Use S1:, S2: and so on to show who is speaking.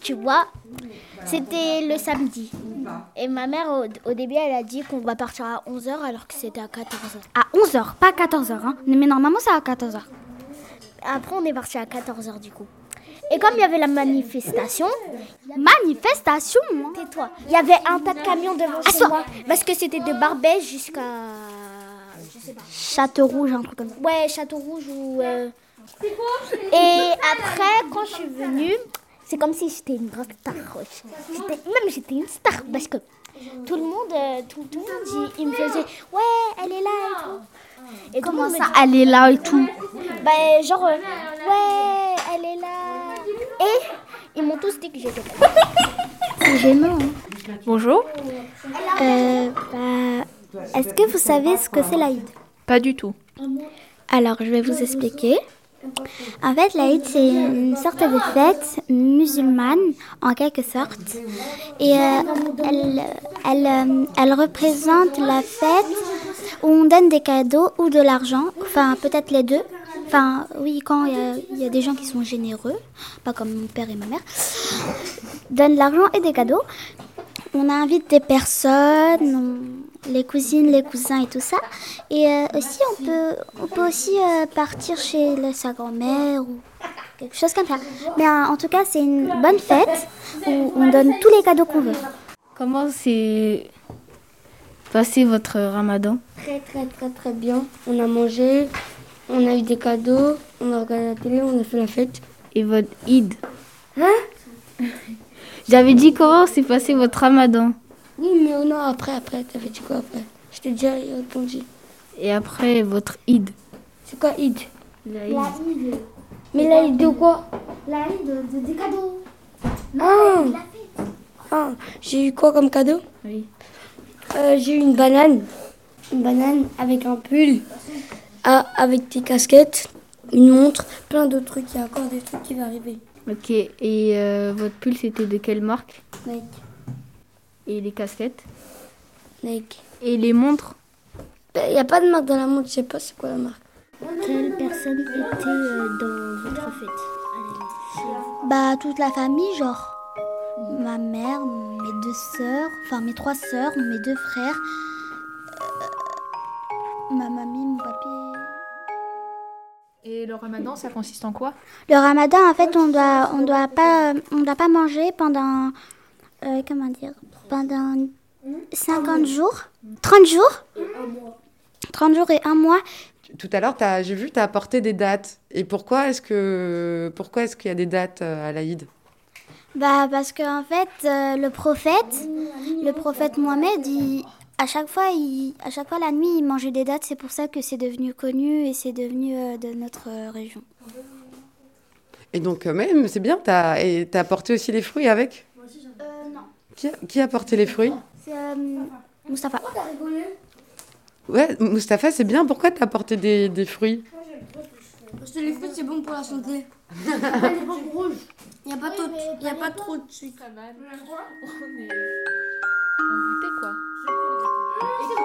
S1: tu vois. C'était le samedi. Et ma mère, au, au début, elle a dit qu'on va partir à 11h alors que c'était à 14h.
S2: À 11h, pas 14h. Hein. Mais normalement, c'est à 14h.
S1: Après, on est parti à 14h du coup. Et comme il y avait la manifestation,
S2: Manifestation hein.
S1: tais-toi, il y avait un tas de camions devant chez moi. Parce que c'était de Barbès jusqu'à.
S2: Château Rouge, un truc comme ça.
S1: Ouais, Château Rouge ou. euh, Et après, quand je suis venue, c'est comme si j'étais une grande star. ouais. J'étais- Même j'étais une star parce que tout le monde, euh, tout, tout le monde, il, il me faisait Ouais, elle est là et tout. Et tout le
S2: Comment
S1: monde me
S2: ça, elle est là et tout
S1: bah, genre, euh, ouais, elle est là. Et ils m'ont tous dit que j'étais là.
S3: Bonjour.
S4: Euh, bah,
S1: Est-ce que vous savez ce que c'est l'Aïd
S3: Pas du tout.
S4: Alors, je vais vous expliquer. En fait, l'Aïd, c'est une sorte de fête musulmane, en quelque sorte. Et euh, elle, elle, euh, elle représente la fête où on donne des cadeaux ou de l'argent, enfin, peut-être les deux. Enfin, oui, quand il y a- il y, a des gens qui sont généreux, pas comme mon père et ma mère, donnent de l'argent et des cadeaux. On invite des personnes, on- les cousines, les cousins et tout ça. Et euh, aussi, on peut, on peut aussi euh, partir chez le- sa grand-mère ou quelque chose comme ça. Mais euh, en tout cas, c'est une bonne fête où on donne tous les cadeaux qu'on veut.
S3: Comment s'est passé votre ramadan
S5: Très très très très bien. On a mangé, on a eu des cadeaux, on a regardé la télé, on a fait la fête.
S3: et votre Eid J'avais dit comment s'est passé votre ramadan
S5: Oui mais non après après t'avais dit quoi après Je t'ai déjà répondu.
S3: et après votre Eid.
S5: C'est quoi id Mais la id de quoi La id de, des cadeaux. Ah, Ah, j'ai eu quoi comme cadeau
S3: Oui.
S5: Euh, J'ai eu une banane. Une banane avec un pull. Ah, avec des casquettes, une montre, plein d'autres trucs. Il y a encore des trucs qui vont arriver.
S3: Ok, et euh, votre pull c'était de quelle marque
S5: Nike.
S3: Et les casquettes
S5: Nike.
S3: Et les montres
S5: Il n'y a pas de marque dans la montre, je sais pas c'est quoi la marque.
S1: Quelle personne était
S4: euh,
S1: dans votre fête
S4: Bah, toute la famille, genre ma mère, mes deux sœurs, enfin mes trois sœurs, mes deux frères, euh, ma mamie, mon papi.
S6: Et le ramadan, ça consiste en quoi
S4: Le ramadan, en fait, on doit, on doit pas, on doit pas manger pendant, euh, comment dire, pendant 50 jours, 30 jours, 30 jours et un mois.
S7: Tout à l'heure, t'as- j'ai vu, tu as apporté des dates. Et pourquoi est-ce que pourquoi est-ce qu'il y a des dates euh, à l'Aïd
S4: Bah, parce que en fait, euh, le prophète, le prophète Mohamed, il- à chaque fois, il, à chaque fois la nuit, il mangeait des dates. C'est pour ça que c'est devenu connu et c'est devenu euh, de notre euh, région.
S7: Et donc, euh, même, c'est bien, tu as, apporté aussi les fruits avec Qui a, qui a apporté les fruits
S4: C'est euh, Mustapha.
S7: Ouais, Mustapha, c'est bien. Pourquoi tu as apporté des, des fruits
S5: Parce que les fruits c'est bon pour la santé. Il n'y a pas trop, y a pas trop de sucre.
S6: On goûtait quoi